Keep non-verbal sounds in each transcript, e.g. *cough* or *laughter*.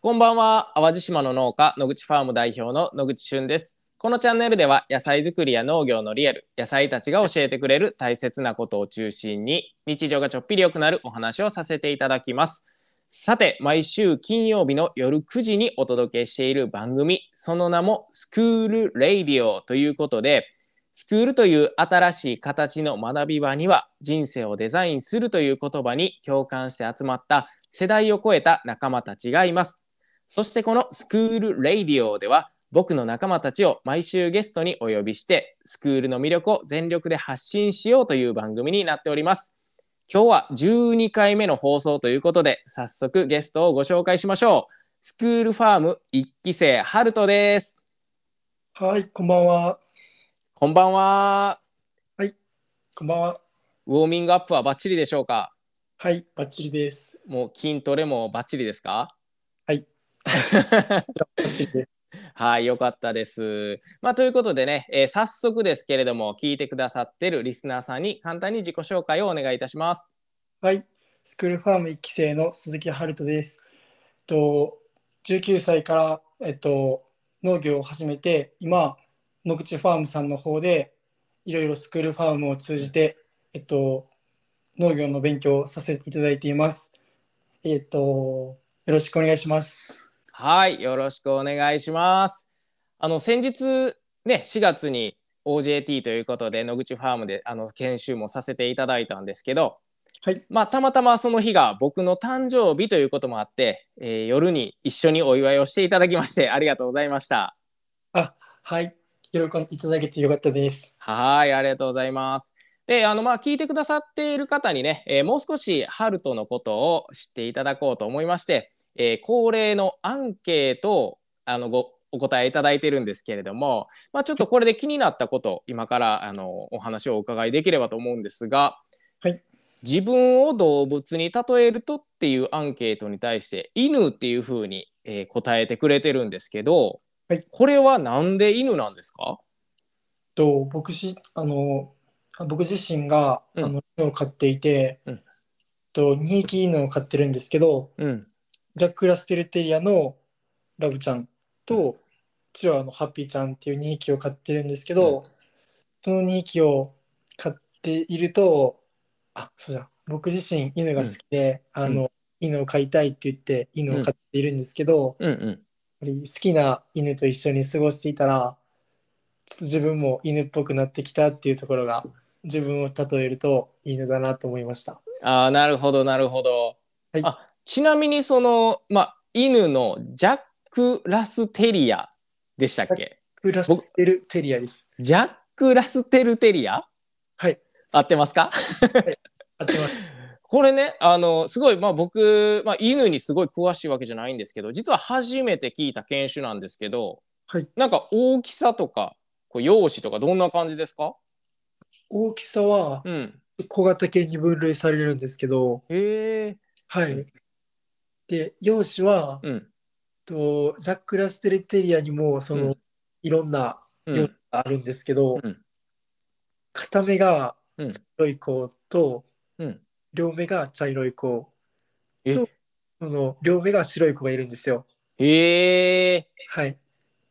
こんばんは淡路島の農家野口ファーム代表の野口俊ですこのチャンネルでは野菜作りや農業のリアル野菜たちが教えてくれる大切なことを中心に日常がちょっぴり良くなるお話をさせていただきますさて毎週金曜日の夜9時にお届けしている番組その名もスクールレイディオということでスクールという新しい形の学び場には人生をデザインするという言葉に共感して集まった世代を超えた仲間たちがいますそしてこのスクールレイディオでは僕の仲間たちを毎週ゲストにお呼びしてスクールの魅力を全力で発信しようという番組になっております今日は12回目の放送ということで早速ゲストをご紹介しましょうスクールファーム一期生ハルトですはい、こんばんは。こんばんはこんばんは。ウォーミングアップはバッチリでしょうかはい、バッチリです。もう筋トレもバッチリですかはいバッチリです。はい、よかったです。まあ、ということでね、えー早速ですけれども、聞いてくださってるリスナーさんに簡単に自己紹介をお願いいたします。はい、スクールファーム一期生の鈴木春人です。えっと、19歳から、えっと、農業を始めて、今、野口ファームさんの方で、いろいろスクールファームを通じて、えっと、農業の勉強をさせていただいています。えっと、よろしくお願いします。はい、よろしくお願いします。あの、先日、ね、4月に OJT ということで、野口ファームであの研修もさせていただいたんですけど、はい、まあ、たまたまその日が僕の誕生日ということもあって、えー夜に一緒にお祝いをしていただきまして、ありがとうございました。あ、はい、喜んでいただけてよかったです。はい、ありがとうございます。で、あの、まあ、聞いてくださっている方にね、えーもう少しハルトのことを知っていただこうと思いまして、えー恒例のアンケートをあのごお答えいただいてるんですけれども、まあ、ちょっとこれで気になったこと、今からあのお話をお伺いできればと思うんですが、はい自分を動物に例えるとっていうアンケートに対して、犬っていうふうに、えー答えてくれてるんですけど、はいこれはなんで犬なんですかと僕しあの僕自身が、うんあの犬を飼っていて、うんと2匹犬を飼ってるんですけどうん。ジャック・ラステルテリアのラブちゃんとチワワのハッピーちゃんっていう2匹を飼ってるんですけど、うその2匹を飼っているとあそうじゃ僕自身犬が好きで、あの、犬を飼いたいって言って犬を飼っているんですけど、うんうん。やっぱり好きな犬と一緒に過ごしていたらちょっと自分も犬っぽくなってきたっていうところが自分を例えると犬だなと思いましたああなるほどなるほど。はいあちなみにその、まあ、犬のジャック・ラステリアでしたっけクラステルテリアですジャック・ラステルテリアはい合ってますか合ってますこれねあのすごい、まあ、僕、まあ、犬にすごい詳しいわけじゃないんですけど実は初めて聞いた犬種なんですけど、はいなんか大きさとかこう容姿とかどんな感じですか、大きさはうん、小型犬に分類されるんですけどへえ、はいで容姿は、うんとジャック・ラステルテリアにもその、うんいろんなう容ん姿、があるんですけど、うん片目がうん茶色い子と、うん両目が茶色い子えとその両目が白い子がいるんですよ。へえはい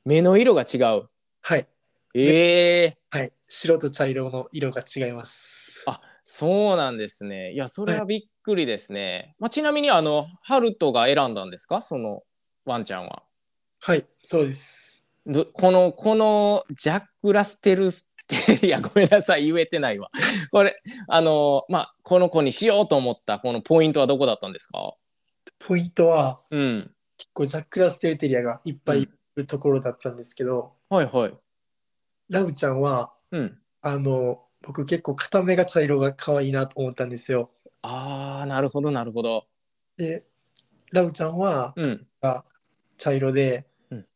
目の色が違う。はいええはい白と茶色の色が違います。あそうなんですね。いや、それはびっくりですね。まあ、ちなみに、あの、ハルトが選んだんですかそのワンちゃんは。はいそうです。どこの、この、ジャック・ラステルステリア、ご *laughs* めんなさい、言えてないわ。これ、あの、まあ、この子にしようと思った、このポイントはどこだったんですかポイントはうん。結構ジャック・ラステルテリアがいっぱいいるところだったんですけど、はいはい。ラブちゃんはうん。あの僕結構片目が茶色が可愛いなと思ったんですよ。あー、なるほど、なるほど。でラブちゃんはうん。 *laughs* が茶色で、うん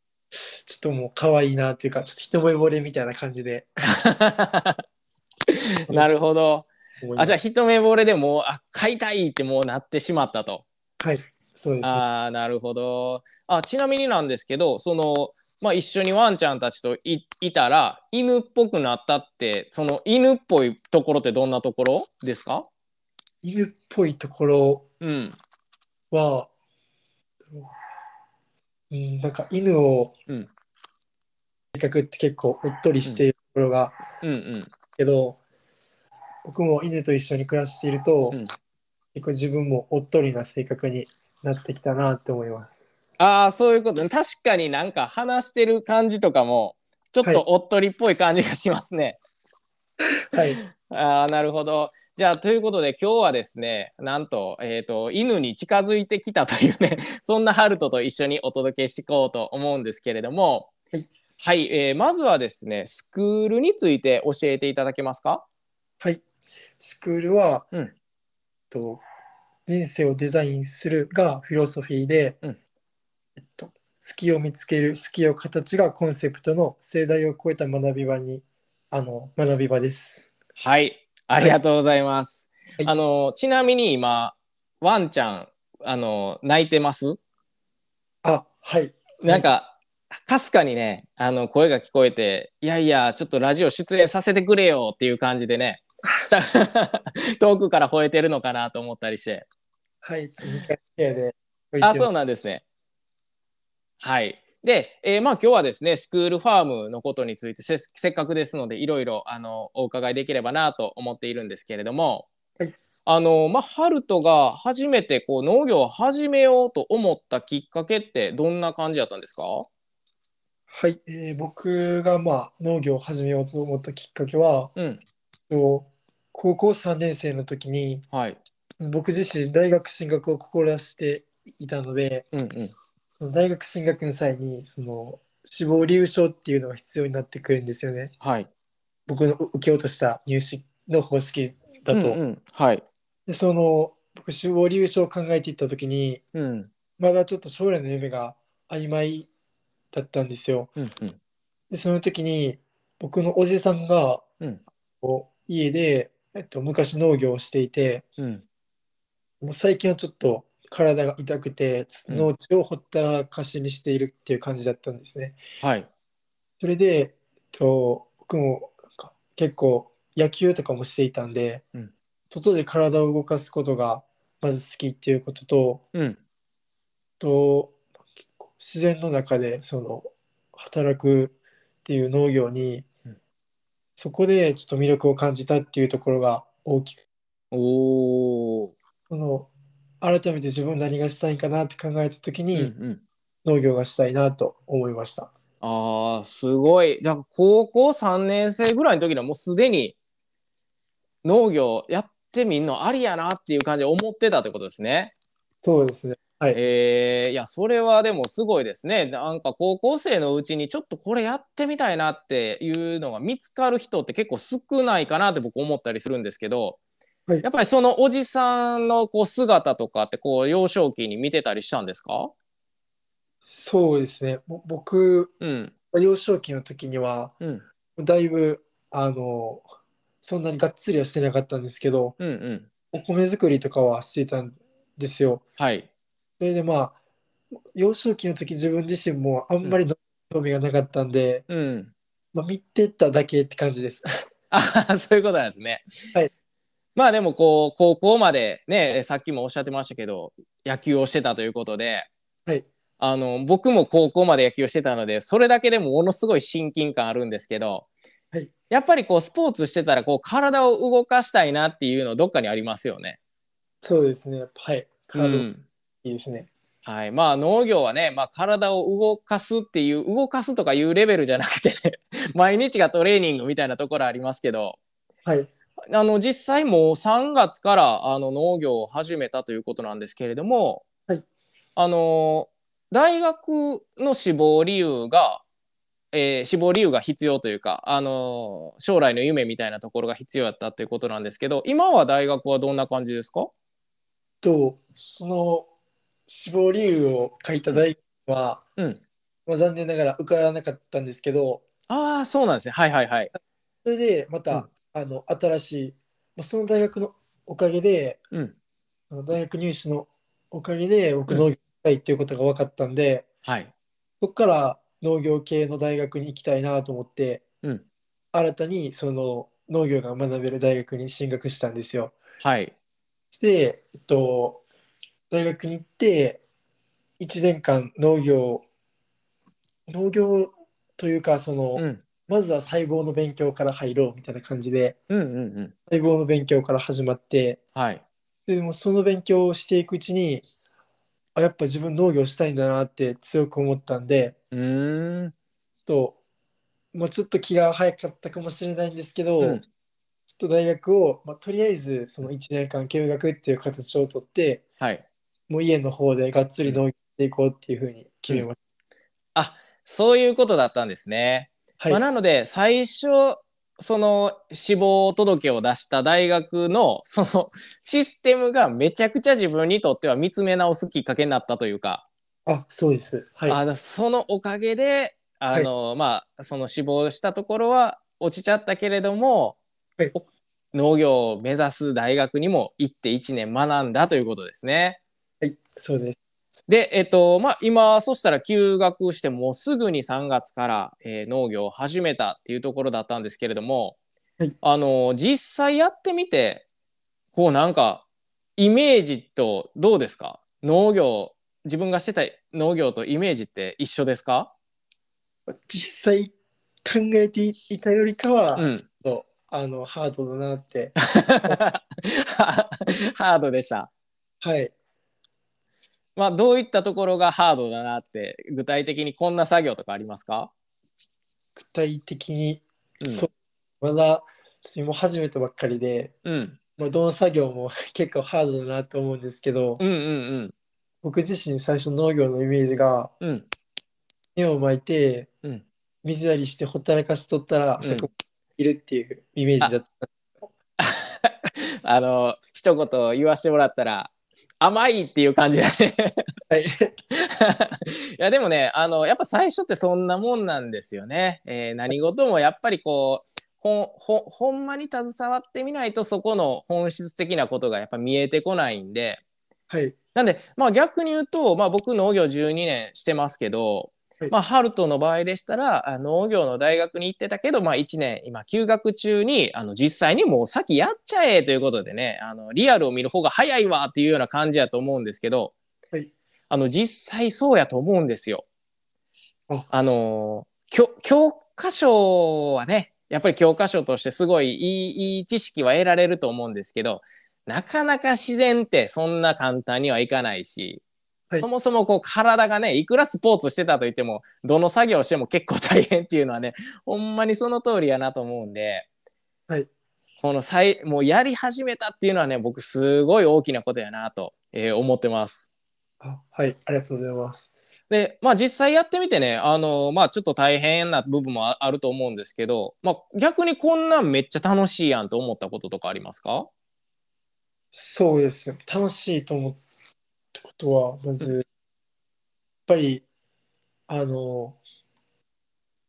ちょっともう可愛いなっていうかちょっと一目惚れみたいな感じでなるほど。思いまあ、すじゃあ、一目惚れでもう、あ、飼いたいってもうなってしまったと。はいそうです、ね、ああなるほどあちなみになんですけどその、まあ、一緒にワンちゃんたちといいたら犬っぽくなったってその犬っぽいところってどんなところですか犬っぽいところうんはうんなんか犬をうん性格って結構おっとりしているところがうんうんけど、僕も犬と一緒に暮らしていると、うん結構自分もおっとりな性格になってきたなって思います。ああそういうことね確かになんか話してる感じとかもちょっとおっとりっぽい感じがしますね。はい、ああなるほど。じゃあということで今日はですねなんと,、えー、と犬に近づいてきたというね *laughs* そんなハルトと一緒にお届けしていこうと思うんですけれどもはい、はいえーまずはですねスクールについて教えていただけますかはい、スクールは、うんと人生をデザインするがフィロソフィーで、うんえっと、好きを見つける好きを形がコンセプトの世代を超えた学び場にあの学び場です。はい、ありがとうございます。はいあのちなみに今ワンちゃんあの泣いてます？あはいなんかかすかにねあの声が聞こえていやいやちょっとラジオ出演させてくれよっていう感じでね下 *laughs* 遠くから吠えてるのかなと思ったりしてはいちょっと二回目で置い *laughs* てあますそうなんですね。はい。で、えーまあ今日はですね、スクールファームのことについてせ、せっかくですので、いろいろあのお伺いできればなと思っているんですけれども、はいあの、まあ、ハルトが初めてこう農業を始めようと思ったきっかけって、どんな感じだったんですかはい、えー僕がまあ農業を始めようと思ったきっかけはうん。と高校3年生の時にはい。僕自身大学進学を志していたのでうんうん。その大学進学の際にその志望理由書っていうのが必要になってくるんですよねはい。僕の受けようとした入試の方式だと。うんうんはい。でその僕志望理由書を考えていった時にうん。まだちょっと将来の夢が曖昧だったんですよ。うんうん。で、その時に僕のおじさんが、うんこう家で、えっと、昔農業をしていて、うん。もう最近はちょっと体が痛くて、ちょっと農地をほったらかしにしているっていう感じだったんですね。はい。それで、えっと、僕もなんか結構野球とかもしていたんで、うん外で体を動かすことがまず好きっていうことと、うん。と結構自然の中でその働くっていう農業に、うんそこでちょっと魅力を感じたっていうところが大きくおー。その改めて自分何がしたいかなって考えた時うんうにん。農業がしたいなと思いました。ああ、すごい。じゃあ、高校3年生ぐらいの時にはもうすでに農業やってみんのありやなっていう感じで思ってたってことですね。そうですね。はいえーいや、それはでもすごいですね。なんか高校生のうちにちょっとこれやってみたいなっていうのが見つかる人って結構少ないかなって僕思ったりするんですけど、はいやっぱりそのおじさんのこう姿とかってこう幼少期に見てたりしたんですかそうですね。ぼ僕うん。幼少期の時にはうん。だいぶあのそんなにがっつりはしてなかったんですけどうんうん。お米作りとかはしていたんですよ。はい。それでまあ幼少期の時自分自身もあんまりど興味がなかったんで、うん。まあ、見てただけって感じです。 *laughs* ああ、そういうことなんですね。はい。まあでも、こう、高校までね、えさっきもおっしゃってましたけど、野球をしてたということで、はい。あの、僕も高校まで野球をしてたので、それだけでもものすごい親近感あるんですけど、はい。やっぱりこう、スポーツしてたら、こう、体を動かしたいなっていうの、どっかにありますよね。そうですね。はい。う体いん。いですね。はい、まあ農業はね、まあ、体を動かすっていう動かすとかいうレベルじゃなくて、ね、 *laughs* 毎日がトレーニングみたいなところありますけど、はい。あの実際もう3月からあの農業を始めたということなんですけれども、はいあの大学の志望理由が、えー志望理由が必要というかあの将来の夢みたいなところが必要だったということなんですけど今は大学はどんな感じですかと、その死亡理由を書いた大学は、うんまあ、残念ながら受からなかったんですけど、ああそうなんですねはいはいはい。それでまた、うんあの新しい、まあ、その大学のおかげで、うんその大学入試のおかげで僕うん農業したいっていうことが分かったんで、はいそこから農業系の大学に行きたいなと思って、うん新たにその農業が学べる大学に進学したんですよ。はいで、えっと、大学に行って1年間農業農業というかその、うんまずは細胞の勉強から入ろうみたいな感じでうんうんうん細胞の勉強から始まってはいででもその勉強をしていくうちにあやっぱ自分農業したいんだなって強く思ったんでうーんと、まあ、ちょっと気が早かったかもしれないんですけど、うんちょっと大学を、まあ、とりあえずその1年間休学っていう形をとってはいもう家の方でがっつり農業していこうっていうふうに決めましそういうことだったんですね。た。まあ、はい、なので最初その死亡届を出した大学のそのシステムがめちゃくちゃ自分にとっては見つめ直すきっかけになったというか、あそうです。はい、あそのおかげであの、まあその死亡したところは落ちちゃったけれども、はいお農業を目指す大学にも行って1年学んだということですね。はい、そうです。で、えっと、まあ、今、そしたら休学して、もうすぐに3月から、えー農業を始めたっていうところだったんですけれども、はいあの、実際やってみて、こうなんか、イメージとどうですか農業、自分がしてた農業とイメージって一緒ですか実際考えていたよりかは、うん *laughs* ち。ょっとあのハードだなって、ハードでした。はい、まあ、どういったところがハードだなって、具体的にこんな作業とかありますか、具体的に、うん、そうまだちょっと今始めたばっかりで、うん。まあ、どの作業も結構ハードだなと思うんですけど、うんうん僕自身最初農業のイメージがうん。うん。根を巻いてうん水やりしてほったらかしとったら、んそこいるっていうイメージだったあの一言言わせてもらったら甘いっていう感じだね *laughs* はい、いやでもねあのやっぱ最初ってそんなもんなんですよね、えー何事もやっぱりこうほんほんほんまに携わってみないとそこの本質的なことがやっぱ見えてこないんではい、なんでまあ逆に言うと、まあ、僕農業12年してますけど、はいまあ、ハルトの場合でしたらあ農業の大学に行ってたけど、まあ、1年今休学中にあの実際にもう先やっちゃえということでねあのリアルを見る方が早いわっていうような感じやと思うんですけど、はいあの実際そうやと思うんですよ。ああの教教科書はねやっぱり教科書としてすごいいいいい知識は得られると思うんですけどなかなか自然ってそんな簡単にはいかないし、はいそもそもこう体がねいくらスポーツしてたといってもどの作業をしても結構大変っていうのはね *laughs* ほんまにその通りやなと思うんで、はいこのさいもうやり始めたっていうのはね僕すごい大きなことやなと、えー思ってます。あはい、ありがとうございます。で、まあ実際やってみてね、あの、まあちょっと大変な部分もああると思うんですけど、まあ逆にこんなんめっちゃ楽しいやんと思ったこととかありますかそうですね楽しいと思ったことはまずやっぱりあの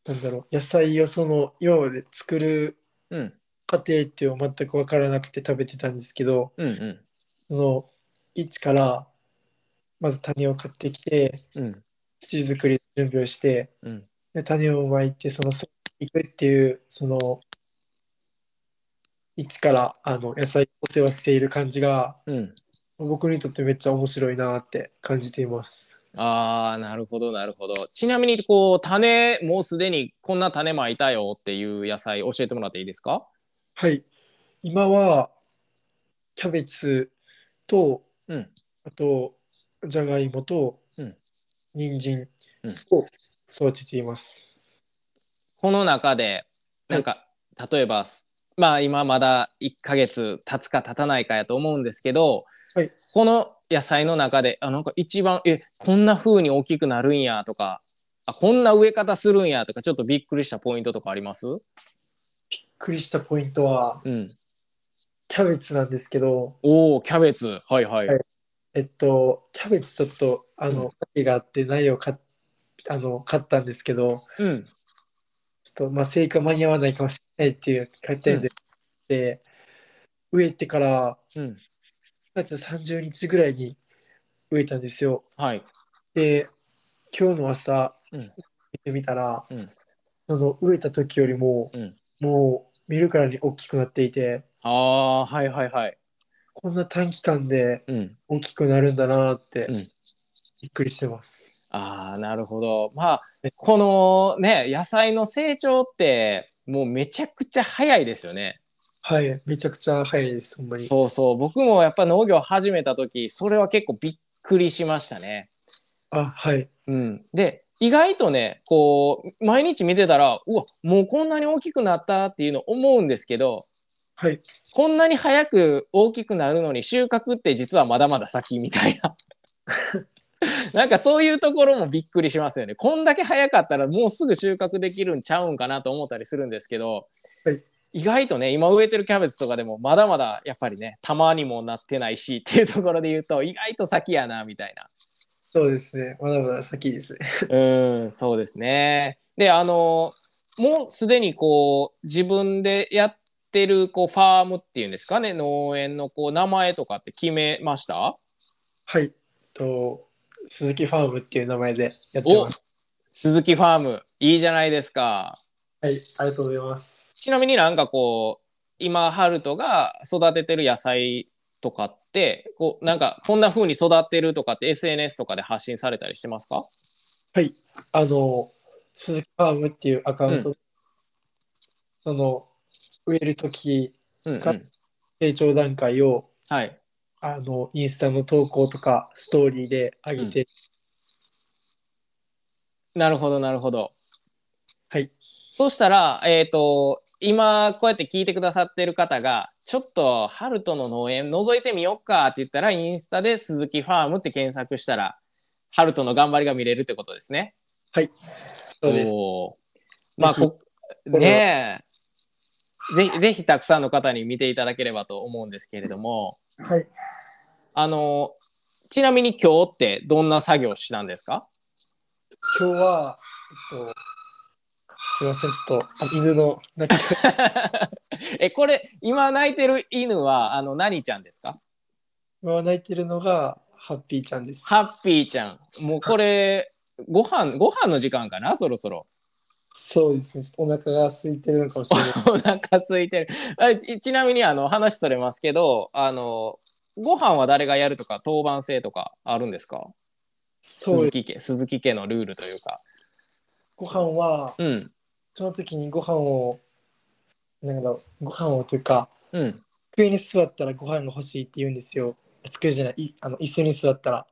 なんだろう野菜をその今まで作るうん、過程っていうのを全く分からなくて食べてたんですけどうん、うんその一からまず種を買ってきて、うん、土作りの準備をしてうん、で種をまいてそのそいくっていうその一からあの野菜をお世話している感じがうん。僕にとってめっちゃ面白いなって感じています。ああ、なるほど、なるほど。ちなみに、こう、種、もうすでにこんな種まいたよっていう野菜教えてもらっていいですかはい。今はキャベツと、うんあとじゃがいもと、うん人参うんを育てています。この中で、なんか、例えば、まあ今まだ1ヶ月経つか経たないかやと思うんですけど、はいこの野菜の中で、あ、なんか一番、え、こんな風に大きくなるんやとか、あ、こんな植え方するんやとか、ちょっとびっくりしたポイントとかありますびっくりしたポイントはうん。キャベツなんですけど、おー、キャベツ。はいはい。はいえっとキャベツちょっとあうの訳があって苗を買っあの買ったんですけど、うん。ちょっとまあ生育が間に合わないかもしれないっていう過程で、で植えてからうん。 9月30日ぐらいに植えたんですよ。はい。で、今日の朝、うん見てみたら、うんその植えた時よりも、うんもう見るからに大きくなっていて、あー、はいはいはい。こんな短期間でうん。大きくなるんだなって、うんびっくりしてます。ああ、なるほど。まあ、このね、野菜の成長って、もうめちゃくちゃ早いですよね。はい、めちゃくちゃ早いです、ほんまに。そうそう。僕もやっぱ農業始めた時、それは結構びっくりしましたね。あ、はい。うん。で、意外とね、こう、毎日見てたら、うわ、もうこんなに大きくなったっていうの思うんですけど、はい。こんなに早く大きくなるのに収穫って実はまだまだ先みたい *laughs* な。なんかそういうところもびっくりしますよね。こんだけ早かったらもうすぐ収穫できるんちゃうんかなと思ったりするんですけど、はい意外とね今植えてるキャベツとかでもまだまだやっぱりねたまにもなってないしっていうところで言うと意外と先やなみたいな。そうですね。まだまだ先ですね。うんそうですね。であのもうすでにこう自分でやってるこうファームっていうんですかね農園のこう名前とかって決めましたはい。えっと、鈴木ファームっていう名前でやってます。鈴木ファームいいじゃないですか。はい。ありがとうございます。ちなみになんかこう今ハルトが育ててる野菜とかってこうなんかこんな風に育ってるとかって SNS とかで発信されたりしてますかはい。あの、鈴木ファームっていうアカウント、その、植える時うん、うかん、成長段階を、はいあの、インスタの投稿とか、ストーリーで上げて、なるほどなるほどはい。そうしたらえっ、と今こうやって聞いてくださってる方がちょっとハルトの農園覗いてみよっかって言ったらインスタで鈴木ファームって検索したらハルトの頑張りが見れるってことですねそうです。おーまあ、ぜひこねえ。ぜひ、ぜひたくさんの方に見ていただければと思うんですけれども、はい。あの、ちなみに今日ってどんな作業をしたんですか *laughs* 今日は、えっと、すいません、ちょっと、あ犬の鳴き声、え、これ、今泣いてる犬は、あの、何ちゃんですか今鳴いてるのが、ハッピーちゃんです。ハッピーちゃん。もうこれ、ご飯、ご飯の時間かなそろそろ。 *laughs* そうですね、ちょっとお腹が空いてるのかもしれない。お腹空いてる。あちちなみに、あの、話それますけど、あの、ご飯は誰がやるとか、当番制とかあるんですかそ鈴うです。木家鈴木家のルールというか、ご飯は、うんその時にご飯を、なんだろう、ご飯をというか、うん、机に座ったらご飯が欲しいって言うんですよ。机じゃない、いあの椅子に座ったら。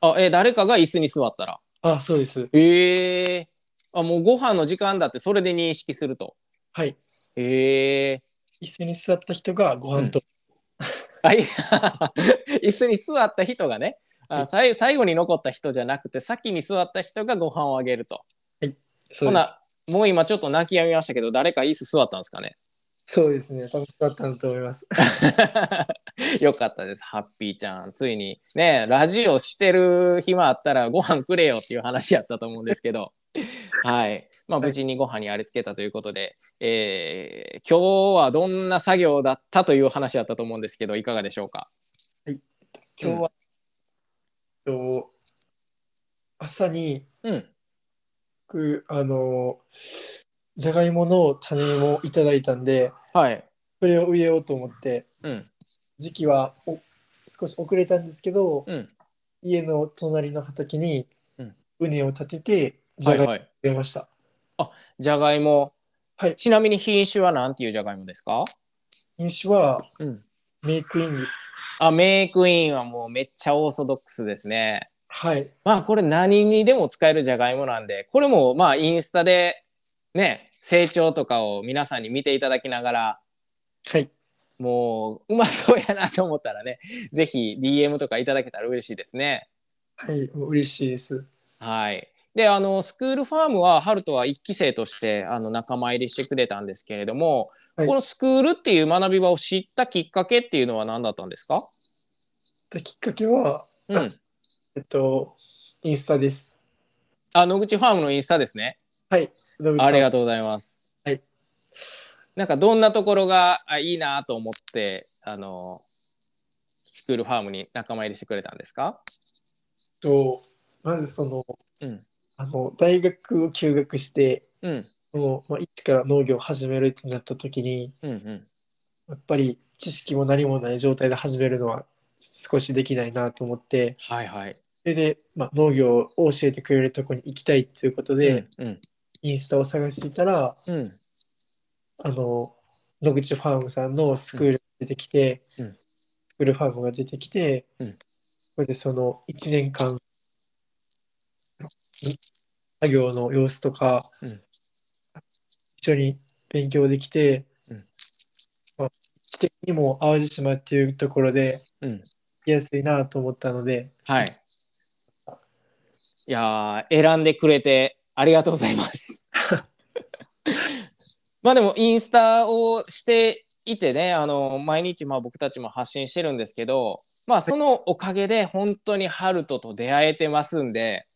あえ誰かが椅子に座ったらあ、そうです。ええあもうご飯の時間だってそれで認識するとはい。ええ椅子に座った人がご飯と、あい *laughs* 椅子に座った人がねあさい最後に残った人じゃなくて先に座った人がご飯をあげるとそほうです。なもう今ちょっと泣きやみましたけど誰か椅子座ったんですかね *laughs* そうですね、楽しかったんだと思います。よかったですハッピーちゃんついにねラジオしてる暇あったらご飯くれよっていう話やったと思うんですけ *laughs* どはい。まあ、はい無事にご飯にあれつけたということで、えー今日はどんな作業だったという話だったと思うんですけど、いかがでしょうか。今日は、えっと朝にうん。僕あのじゃがいもの種もいただいたんではい。それを植えようと思ってうん。時期はお少し遅れたんですけど、うん。家の隣の畑にうん畝を立ててじはゃいがはい。いもを植えました、じゃがいも。はいちなみに品種は何ていうじゃがいもですか。品種はうん。メイクインですあ、メイクインはもうめっちゃオーソドックスですね。はいまあ、これ何にでも使えるじゃがいもなんで、これもまあ、インスタで。ね、成長とかを皆さんに見ていただきながら。はいもううまそうやなと思ったらね、ぜひ DM とかいただけたら嬉しいですね。はいもう嬉しいですはい。で、あの、スクールファームは、ハルトは1期生としてあの仲間入りしてくれたんですけれども、はいこのスクールっていう学び場を知ったきっかけっていうのは何だったんですかできっかけはうん。えっとインスタですあ、野口ファームのインスタですね。はい野口さんありがとうございます。はい。なんか、どんなところがあいいなと思って、あの、スクールファームに仲間入りしてくれたんですかとまずその,、うんあの大学を休学してうん。その、まあ、一から農業を始めるってなった時にうんうん。やっぱり知識も何もない状態で始めるのは少しできないなと思ってはいはい。それで、まあ、農業を教えてくれるところに行きたいということで、うんインスタを探していたらうんあの野口ファームさんのスクールが出てきて、うんスクールファームが出てきて、うんそれでその1年間作業の様子とか、うん一緒に勉強できて、うんまあ、知的にも淡路島っていうところでうん行きやすいなと思ったのではいいやー選んでくれてありがとうございます *laughs* まあでもインスタをしていてねあの毎日まあ僕たちも発信してるんですけどまあそのおかげで本当にハルトと出会えてますんで、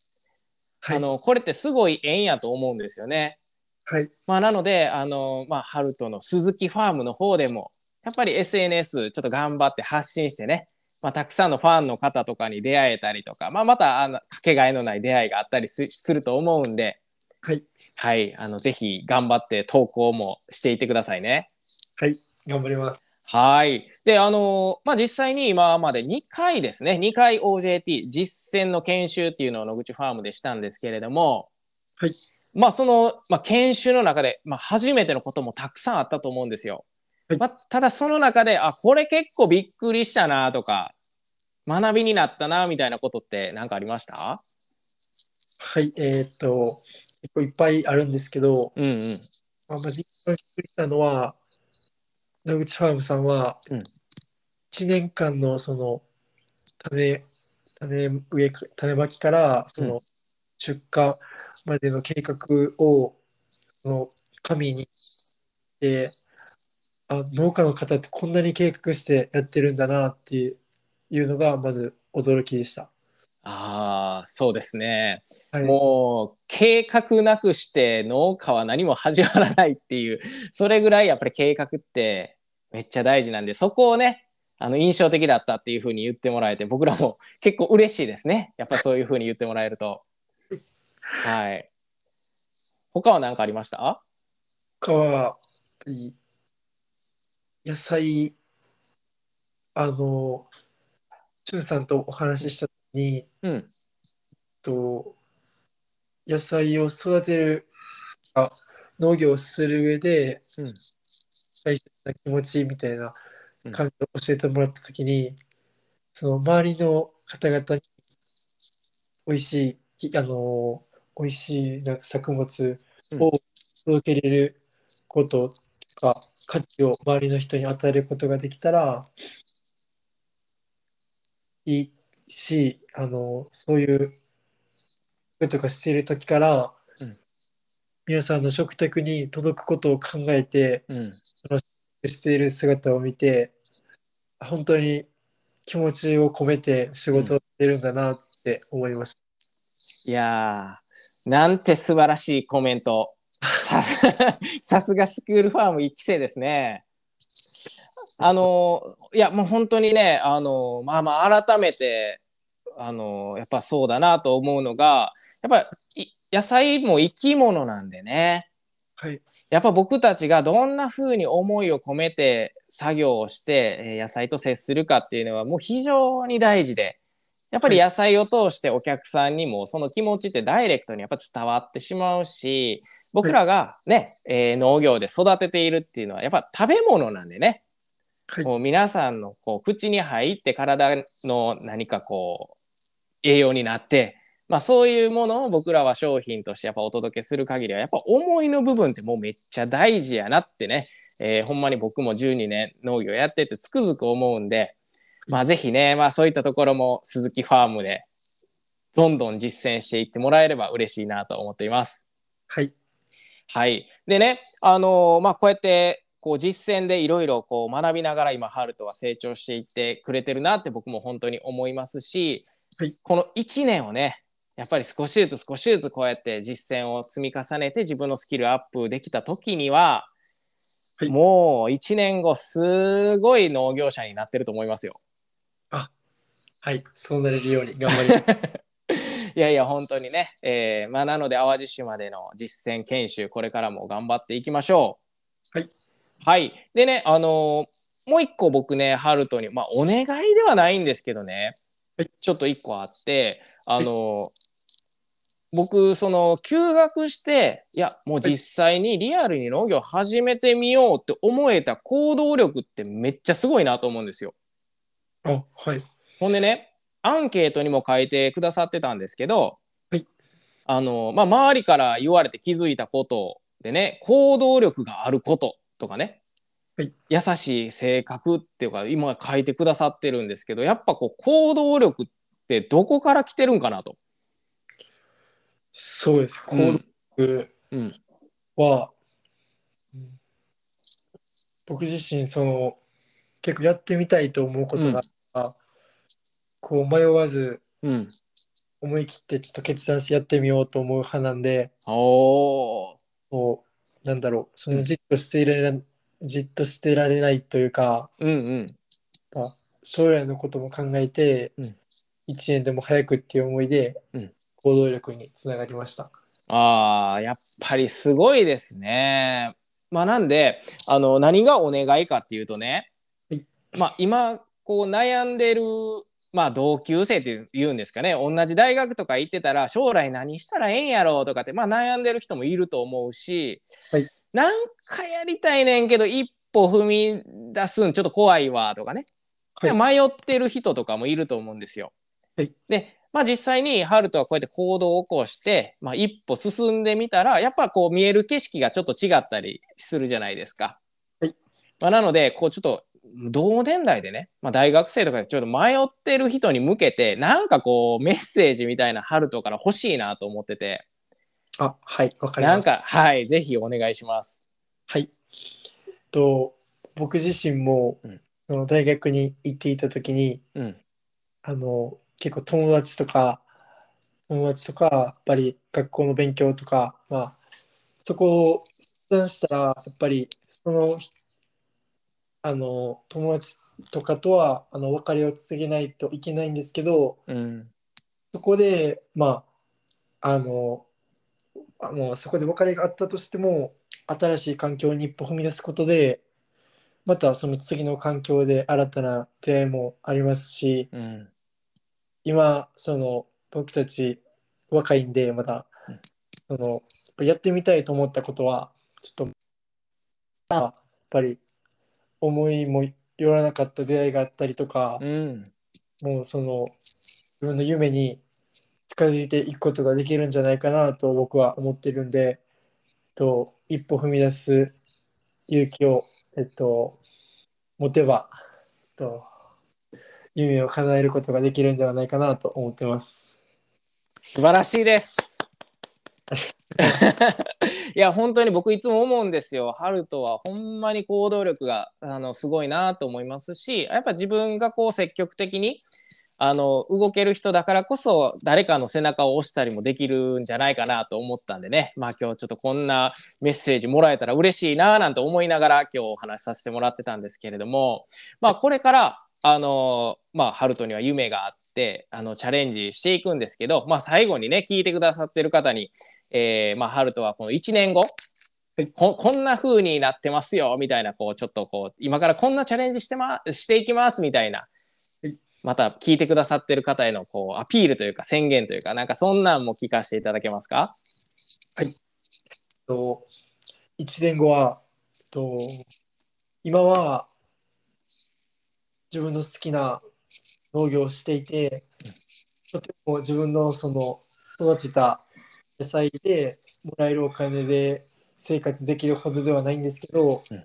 はいあのこれってすごい縁やと思うんですよね。はいまあ、なので、あの、まあ、ハルトの鈴木ファームの方でも、やっぱり SNS ちょっと頑張って発信してね、まあ、たくさんのファンの方とかに出会えたりとか、まあ、また、あの、かけがえのない出会いがあったりすすると思うんで、はいはい、あの、ぜひ頑張って投稿もしていってくださいね。頑張りますはい。で、あのまあ、実際に今まで2回ですね、2回 OJT、実践の研修っていうのを野口ファームでしたんですけれども、はい。まあ、その、まあ、研修の中で、まあ、初めてのこともたくさんあったと思うんですよ。はいまあ、ただ、その中で、あ、これ結構びっくりしたなとか、学びになったなみたいなことって何かありましたはいえーっと結構いっぱいあるんですけど、うんうん。まあ、まず一番びっくりしたのは、野口ファームさんは、うん1年間のその種、種植えか、種まきから、その出荷までの計画を、その紙に、で、あ、農家の方ってこんなに計画してやってるんだなっていうのが、まず驚きでした。ああ、そうですね。はい、もう計画なくして農家は何も始まらないっていうそれぐらいやっぱり計画ってめっちゃ大事なんでそこをねあの印象的だったっていうふうに言ってもらえて僕らも結構嬉しいですねやっぱそういうふうに言ってもらえるとはい他は何かありました他はやっぱり野菜あのチュンさんとお話しした時にえっうんと野菜を育てるあ農業をする上で、うん大切な気持ちみたいなうん感じを教えてもらった時に、その周りの方々に美味しいきあの美味しいなんか作物を届けれることとか、価値を周りの人に与えることができたらいいしあのそういうことかしている時から、うん皆さんの食卓に届くことを考えてうんしている姿を見て本当に気持ちを込めて仕事をしてるんだなって思いましいやーなんて素晴らしいコメントさ *laughs* さすがスクールファーム1期生ですねあのーいやもう本当にねあのーまあまあ改めてあのーやっぱそうだなと思うのがやっぱい野菜も生き物なんでねた。はい、やっぱ僕たちがどんな風に思いを込めて作業をしてえー野菜と接するかっていうのはもう非常に大事でやっぱり野菜を通してお客さんにもその気持ちってダイレクトにやっぱ伝わってしまうし僕らがね、えー農業で育てているっていうのはやっぱ食べ物なんでね、はいこう皆さんのこう口に入って体の何かこう栄養になって、まあ、そういうものを僕らは商品としてやっぱお届けする限りはやっぱ思いの部分ってもうめっちゃ大事やなってね、えーほんまに僕も12年農業やっててつくづく思うんで、まあ、ぜひね、まあ、そういったところも鈴木ファームでどんどん実践していってもらえれば嬉しいなと思っています。はい、はい、でね、あのーまあ、こうやってこう実践でいろいろこう学びながら今ハルトは成長していってくれてるなって僕も本当に思いますし、はいこの1年をねやっぱり少しずつ少しずつこうやって実践を積み重ねて自分のスキルアップできた時には、はいもう1年後すごい農業者になってると思いますよ。 *laughs* はい、そうなれるように頑張ります。いやいや本当にね、えーまあ、なので淡路島での実践研修これからも頑張っていきましょう。 *laughs* はい、はい、でねあのーもう一個僕ねハルトに、まあ、お願いではないんですけどねはいちょっと一個あってあの、僕その休学していやもう実際にリアルに農業始めてみようって思えた行動力ってめっちゃすごいなと思うんですよ。あ、はい。ほんでねアンケートにも書いてくださってたんですけど、はいあのまあ、周りから言われて気づいたことでね行動力があることとかね、はい優しい性格っていうか今書いてくださってるんですけどやっぱこう行動力ってどこから来てるんかなと。そうです。う行動ん力うんは、僕自身、その、結構やってみたいと思うことがあったら、こう迷わずうん、思い切ってちょっと決断してやってみようと思う派なんで、おーこう、なんだろう、そうのんじっとしていられな、じっとしてられないというか、うんうん将来のことも考えて、うん一年でも早くっていう思いで、うん行動力につながりました。ああ、やっぱりすごいですね。まあ、なんで、あの、何がお願いかっていうとねはい、まあ、今、こう、悩んでる、まあ、同級生って言うんですかね、同じ大学とか行ってたら、将来何したらええんやろうとかって、まあ、悩んでる人もいると思うしはい、なんかやりたいねんけど、一歩踏み出すんちょっと怖いわとかね、はい迷ってる人とかもいると思うんですよ。で、まあ、実際にハルトはこうやって行動を起こして、まあ、一歩進んでみたらやっぱこう見える景色がちょっと違ったりするじゃないですか。はいまあ、なのでこうちょっと同年代でね、まあ、大学生とかでちょっと迷ってる人に向けてなんかこうメッセージみたいなハルトから欲しいなと思っててあ、はい、わかりまなしたん。かはいぜひお願いします。はい。と僕自身も、うんその大学に行っていた時にうんあの結構友達とか友達とかやっぱり学校の勉強とか、まあ、そこを決断したらやっぱりそのあの友達とかとはあの別れを告げないといけないんですけどうんそこでまああのあのそこで別れがあったとしても新しい環境に一歩踏み出すことでまたその次の環境で新たな出会いもありますしうん今その僕たち若いんでまだうんそのやってみたいと思ったことはちょっとあやっぱり思いもよらなかった出会いがあったりとか、うんもうその自分の夢に近づいていくことができるんじゃないかなと僕は思ってるんで、と一歩踏み出す勇気を、えっと、持てば、えっと、夢を叶えることができるんではないかなと思ってます。素晴らしいです。 *laughs* いや本当に僕いつも思うんですよ。ハルトはほんまに行動力があのすごいなと思いますしやっぱ自分がこう積極的にあの動ける人だからこそ誰かの背中を押したりもできるんじゃないかなと思ったんでねまあ今日ちょっとこんなメッセージもらえたら嬉しいななんて思いながら今日お話しさせてもらってたんですけれどもまあこれからあのまあハルトには夢があってあのチャレンジしていくんですけどまあ最後にね聞いてくださってる方にえーまあ、ハルトはこの1年後、はいここんな風になってますよみたいなこうちょっとこう今からこんなチャレンジして,、ま、していきますみたいな、はいまた聞いてくださってる方へのこうアピールというか宣言というかなんかそんなんも聞かせていただけますかと1年後は、えっと今は自分の好きな農業をしていて、とても自分のその育てた野菜でもらえるお金で生活できるほどではないんですけど、うん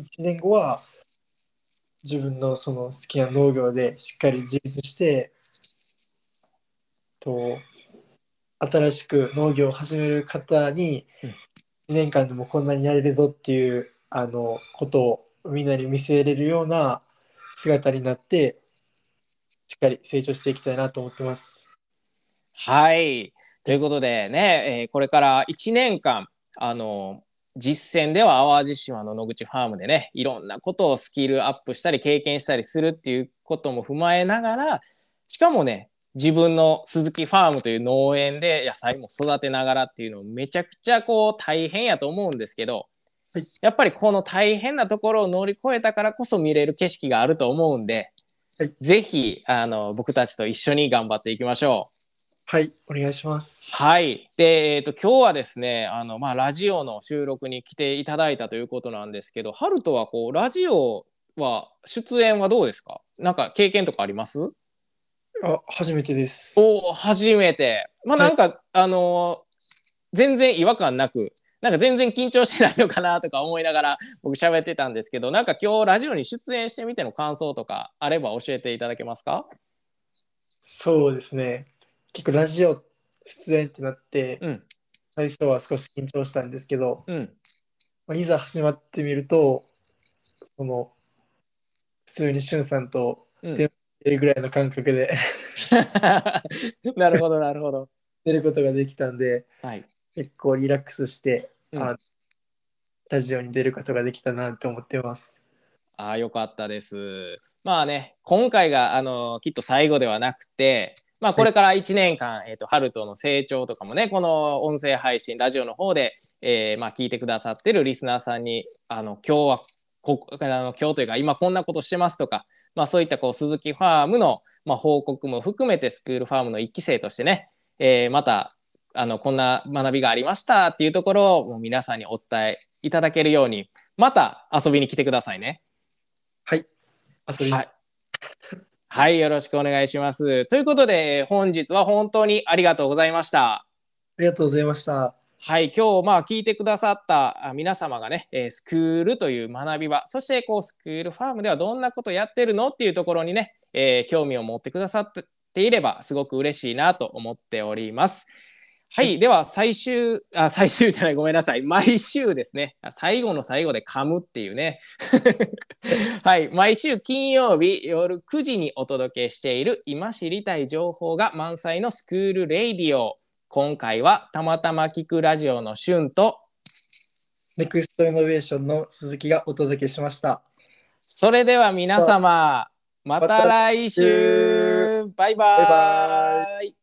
1年後は自分のその好きな農業でしっかり自立して、と新しく農業を始める方にうん1年間でもこんなになれるぞっていうあのことをみんなに見せれるような姿になってしっかり成長していきたいなと思ってます。はいということでね、えーこれから1年間あの実践では淡路島の野口ファームでねいろんなことをスキルアップしたり経験したりするっていうことも踏まえながらしかもね自分の鈴木ファームという農園で野菜も育てながらっていうのめちゃくちゃこう大変やと思うんですけど、はいやっぱりこの大変なところを乗り越えたからこそ見れる景色があると思うんではいぜひあの僕たちと一緒に頑張っていきましょう。はい、お願いします。はい。で、えっ、と、今日はですね、あの、まあ、ラジオの収録に来ていただいたということなんですけど、ハルトは、こう、ラジオは、出演はどうですかなんか、経験とかありますあ、初めてです。おお、初めて。まあ、はいなんか、あのー全然違和感なく、なんか全然緊張してないのかなとか思いながら、僕喋ってたんですけど、なんか今日ラジオに出演してみての感想とかあれば教えていただけますかそうですね。結構ラジオ出演ってなって、うん、最初は少し緊張したんですけど、うん、まあいざ始まってみると、その、普通にしゅんさんとうん。で出るぐらいの感覚で *laughs* *laughs* なるほど、なるほど。出ることができたんで、はい。結構リラックスして、うんあラジオに出ることができたなと思ってます。ああ、よかったです。まあね、今回が、あのきっと最後ではなくて、まあ、これから1年間、えっ、と、ハルトの成長とかもね、この音声配信、ラジオの方で、えーまあ、聞いてくださってるリスナーさんに、あの、今日は、こあの今日というか、今こんなことしてますとか、まあ、そういった、こう、鈴木ファームの、まあ、報告も含めて、スクールファームの一期生としてね、えーまた、あの、こんな学びがありましたっていうところを、もう皆さんにお伝えいただけるように、また遊びに来てくださいね。はい。遊びに、はい。はい、よろしくお願いします。ということで、本日は本当にありがとうございました。ありがとうございました。はい、今日まあ聞いてくださったあ皆様がね、えースクールという学び場、そしてこうスクールファームではどんなことやってるのっていうところにね、えー興味を持ってくださっていればすごく嬉しいなと思っております。はい、では最終あ最終じゃないごめんなさい毎週ですねあ最後の最後で噛むっていうね *laughs* はい毎週金曜日夜9時にお届けしている今知りたい情報が満載のスクールレイディオ今回はたまたま聞くラジオのしゅんとネクストイノベーションの鈴木がお届けしました。それでは皆様また来週バイババイ